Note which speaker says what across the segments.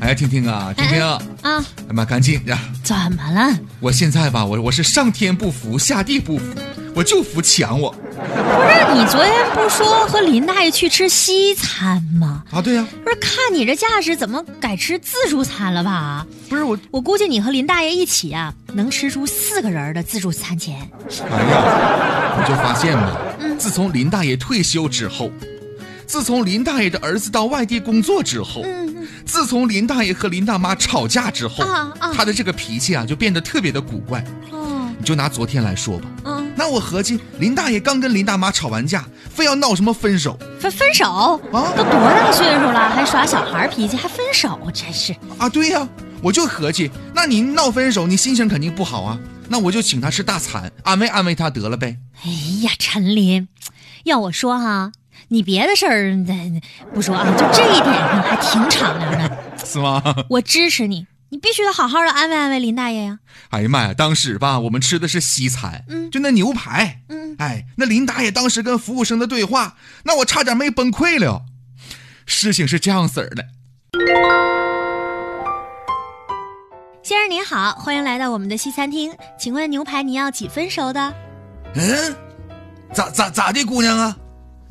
Speaker 1: 哎，听听 啊，听听，哎
Speaker 2: 啊，
Speaker 1: 妈，赶紧的！
Speaker 2: 怎么了？
Speaker 1: 我现在吧，我我是上天不服，下地不服，我就服强我
Speaker 2: 不是你昨天不说和林大爷去吃西餐吗？
Speaker 1: 啊！对呀、
Speaker 2: 不是看你这架势，怎么改吃自助餐了吧？
Speaker 1: 不是我，
Speaker 2: 我估计你和林大爷一起啊，能吃出四个人的自助餐钱。
Speaker 1: 哎呀，我就发现嘛，自从林大爷退休之后，自从林大爷的儿子到外地工作之后，自从林大爷和林大妈吵架之后，
Speaker 2: 啊啊
Speaker 1: 他的这个脾气啊就变得特别的古怪。
Speaker 2: 哦，
Speaker 1: 你就拿昨天来说吧，
Speaker 2: 嗯，
Speaker 1: 那我合计林大爷刚跟林大妈吵完架，非要闹什么分手
Speaker 2: 分分手
Speaker 1: 啊
Speaker 2: 都多大岁数了，还耍小孩脾气，还分手，真是。
Speaker 1: 啊？对呀、我就合计，那你闹分手，你心情肯定不好啊。那我就请他吃大餐，安慰安慰他得了呗。
Speaker 2: 哎呀，陈林，要我说哈、你别的事儿那不说啊，就这一点上还挺敞亮的，
Speaker 1: 是吗？
Speaker 2: 我支持你。你必须得好好的安慰安慰林大爷呀、
Speaker 1: 哎呀妈呀！当时吧，我们吃的是西餐，
Speaker 2: 嗯
Speaker 1: 就那牛排，
Speaker 2: 嗯，
Speaker 1: 哎，那林大爷当时跟服务生的对话，那我差点没崩溃了。事情是这样子儿的，
Speaker 2: 先生您好，欢迎来到我们的西餐厅，请问牛排您要几分熟的？
Speaker 1: 嗯，咋咋咋的，姑娘啊，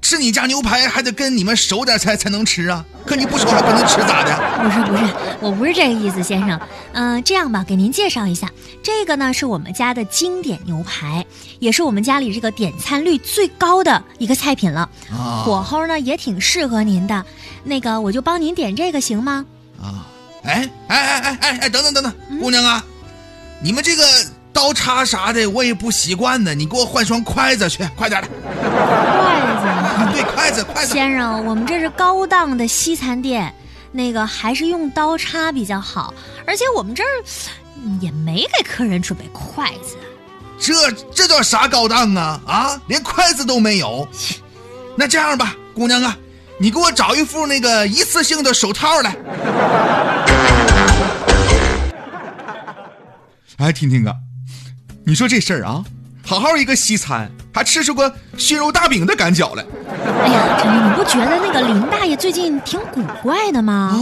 Speaker 1: 吃你家牛排还得跟你们熟点才才能吃啊，可你不熟还不能吃咋的？
Speaker 2: 不是不是，我不是这个意思，先生。嗯、这样吧，给您介绍一下，这个呢是我们家的经典牛排，也是我们家里这个点餐率最高的一个菜品了。
Speaker 1: 啊
Speaker 2: 火候呢也挺适合您的，那个我就帮您点这个行吗？
Speaker 1: 啊！哎哎哎哎哎哎，等等等等，姑娘啊，你们这个刀叉啥的我也不习惯呢，你给我换双筷子去，快点的
Speaker 2: 筷
Speaker 1: 啊！对，筷子筷
Speaker 2: 子，
Speaker 1: 子。
Speaker 2: 先生，我们这是高档的西餐店，那个还是用刀叉比较好，而且我们这儿嗯也没给客人准备筷子。
Speaker 1: 这这叫啥高档啊啊！连筷子都没有。那这样吧，姑娘啊，你给我找一副那个一次性的手套来。哎，婷婷啊，你说这事儿啊，好好一个西餐，还吃出个熏肉大饼的赶脚来
Speaker 2: 哎呀，陈林，你不觉得那个林大爷最近挺古怪的吗？
Speaker 1: 啊！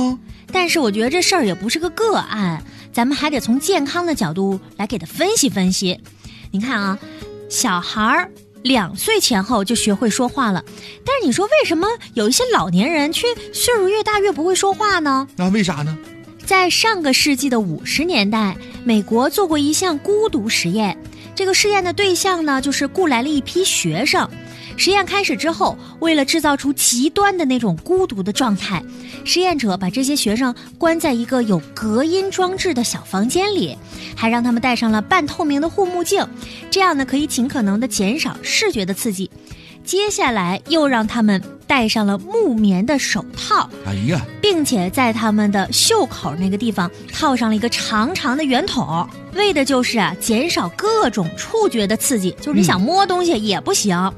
Speaker 2: 但是我觉得这事儿也不是个个案，咱们还得从健康的角度来给他分析分析。你看啊，小孩儿两岁前后就学会说话了，但是你说为什么有一些老年人却岁数越大越不会说话呢？
Speaker 1: 那为啥呢？
Speaker 2: 在上个世纪的五十年代，美国做过一项孤独实验。这个试验的对象呢，就是雇来了一批学生。实验开始之后，为了制造出极端的那种孤独的状态，实验者把这些学生关在一个有隔音装置的小房间里，还让他们戴上了半透明的护目镜，这样呢可以尽可能的减少视觉的刺激。接下来又让他们戴上了木棉的手套，
Speaker 1: 哎呀，
Speaker 2: 并且在他们的袖口那个地方套上了一个长长的圆筒，为的就是啊减少各种触觉的刺激，就是你想摸东西也不行。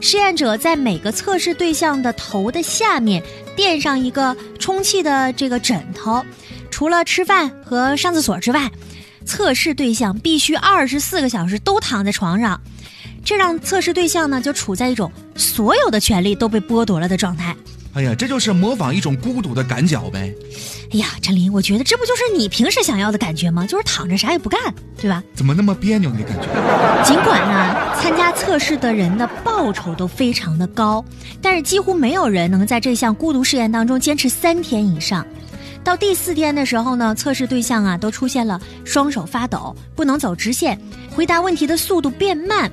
Speaker 2: 实验者在每个测试对象的头的下面垫上一个充气的这个枕头，除了吃饭和上厕所之外，测试对象必须二十四个小时都躺在床上，这让测试对象呢就处在一种所有的权利都被剥夺了的状态。
Speaker 1: 哎呀，这就是模仿一种孤独的赶脚呗。
Speaker 2: 哎呀，陈琳，我觉得这不就是你平时想要的感觉吗？就是躺着啥也不干，对吧？
Speaker 1: 怎么那么别扭呢？感觉
Speaker 2: 尽管啊，参加测试的人的报酬都非常的高，但是几乎没有人能在这项孤独试验当中坚持三天以上。到第四天的时候呢，测试对象啊都出现了双手发抖、不能走直线、回答问题的速度变慢、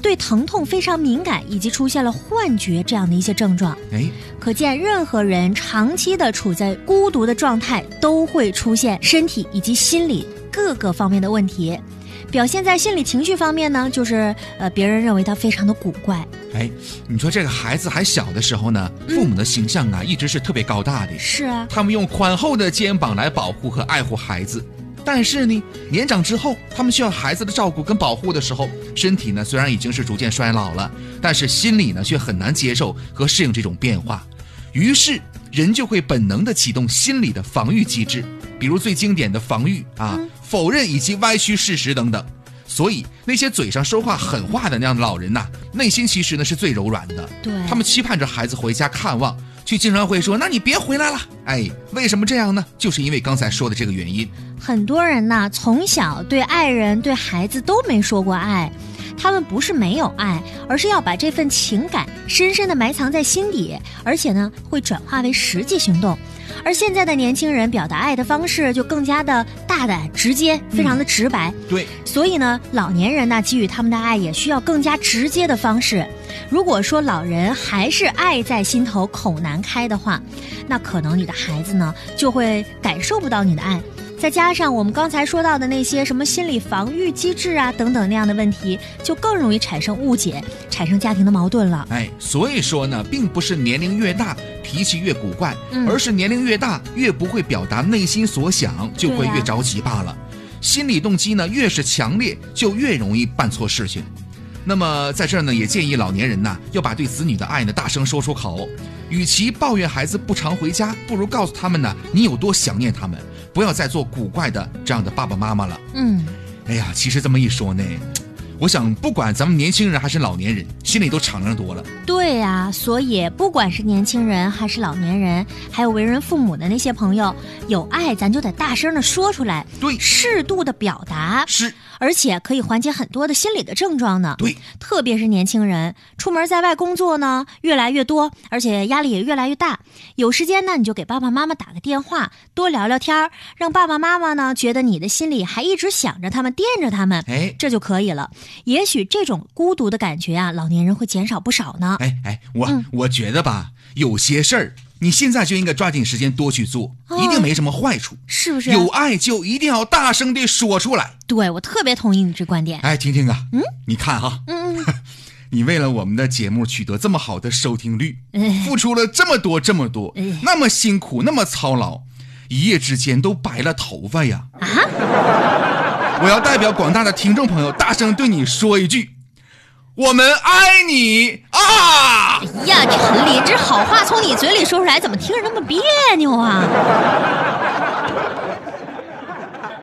Speaker 2: 对疼痛非常敏感，以及出现了幻觉这样的一些症状。
Speaker 1: 哎，
Speaker 2: 可见，任何人长期的处在孤独的状态，都会出现身体以及心理各个方面的问题。表现在心理情绪方面呢，就是呃，别人认为他非常的古怪。
Speaker 1: 哎，你说这个孩子还小的时候呢，父母的形象啊，一直是特别高大的。
Speaker 2: 是啊，
Speaker 1: 他们用宽厚的肩膀来保护和爱护孩子。但是呢，年长之后，他们需要孩子的照顾跟保护的时候，身体呢虽然已经是逐渐衰老了，但是心理呢却很难接受和适应这种变化。于是，人就会本能的启动心理的防御机制，比如最经典的防御啊、否认以及歪曲事实等等。所以，那些嘴上说话狠话的那样的老人呐、内心其实呢是最柔软的。
Speaker 2: 对
Speaker 1: 他们期盼着孩子回家看望，却经常会说：“那你别回来了。”哎，为什么这样呢？就是因为刚才说的这个原因。
Speaker 2: 很多人呐，从小对爱人、对孩子都没说过爱，他们不是没有爱，而是要把这份情感深深的埋藏在心底，而且呢，会转化为实际行动。而现在的年轻人表达爱的方式就更加的大胆、直接，非常的直白。
Speaker 1: 对，
Speaker 2: 所以呢，老年人呢给予他们的爱也需要更加直接的方式。如果说老人还是爱在心头口难开的话，那可能你的孩子呢就会感受不到你的爱。再加上我们刚才说到的那些什么心理防御机制啊等等那样的问题，就更容易产生误解，产生家庭的矛盾了。
Speaker 1: 哎，所以说呢，并不是年龄越大脾气越古怪，
Speaker 2: 嗯
Speaker 1: 而是年龄越大越不会表达内心所想，就会
Speaker 2: 对呀
Speaker 1: 越着急罢了。心理动机呢越是强烈，就越容易办错事情。那么在这儿呢，也建议老年人呐、要把对子女的爱呢大声说出口。与其抱怨孩子不常回家，不如告诉他们呢，你有多想念他们，不要再做古怪的这样的爸爸妈妈了。
Speaker 2: 嗯，
Speaker 1: 哎呀，其实这么一说呢，我想不管咱们年轻人还是老年人，心里都敞亮多了。
Speaker 2: 对呀、所以不管是年轻人还是老年人，还有为人父母的那些朋友，有爱咱就得大声的说出来，
Speaker 1: 对，
Speaker 2: 适度的表达，
Speaker 1: 是，
Speaker 2: 而且可以缓解很多的心理的症状呢。
Speaker 1: 对，
Speaker 2: 特别是年轻人出门在外工作呢，越来越多，而且压力也越来越大。有时间呢，你就给爸爸妈妈打个电话，多聊聊天儿，让爸爸妈妈呢觉得你的心里还一直想着他们，惦着他们，
Speaker 1: 哎。
Speaker 2: 这就可以了。也许这种孤独的感觉啊，老年人会减少不少呢。
Speaker 1: 哎哎，我、
Speaker 2: 嗯
Speaker 1: 我觉得吧，有些事儿你现在就应该抓紧时间多去做，
Speaker 2: 哦
Speaker 1: 一定没什么坏处。
Speaker 2: 是不是？啊
Speaker 1: 有啊爱就一定要大声地说出来。
Speaker 2: 对我特别同意你这观点。
Speaker 1: 哎，婷婷啊，嗯，你看哈，
Speaker 2: 嗯嗯
Speaker 1: 你为了我们的节目取得这么好的收听率，
Speaker 2: 哎
Speaker 1: 付出了这么多这么多
Speaker 2: 哎，
Speaker 1: 那么辛苦，那么操劳，一夜之间都白了头发呀！
Speaker 2: 啊，
Speaker 1: 我要代表广大的听众朋友，大声对你说一句：我们爱你啊！
Speaker 2: 哎呀，陈林，这好话从你嘴里说出来，怎么听着那么别扭啊？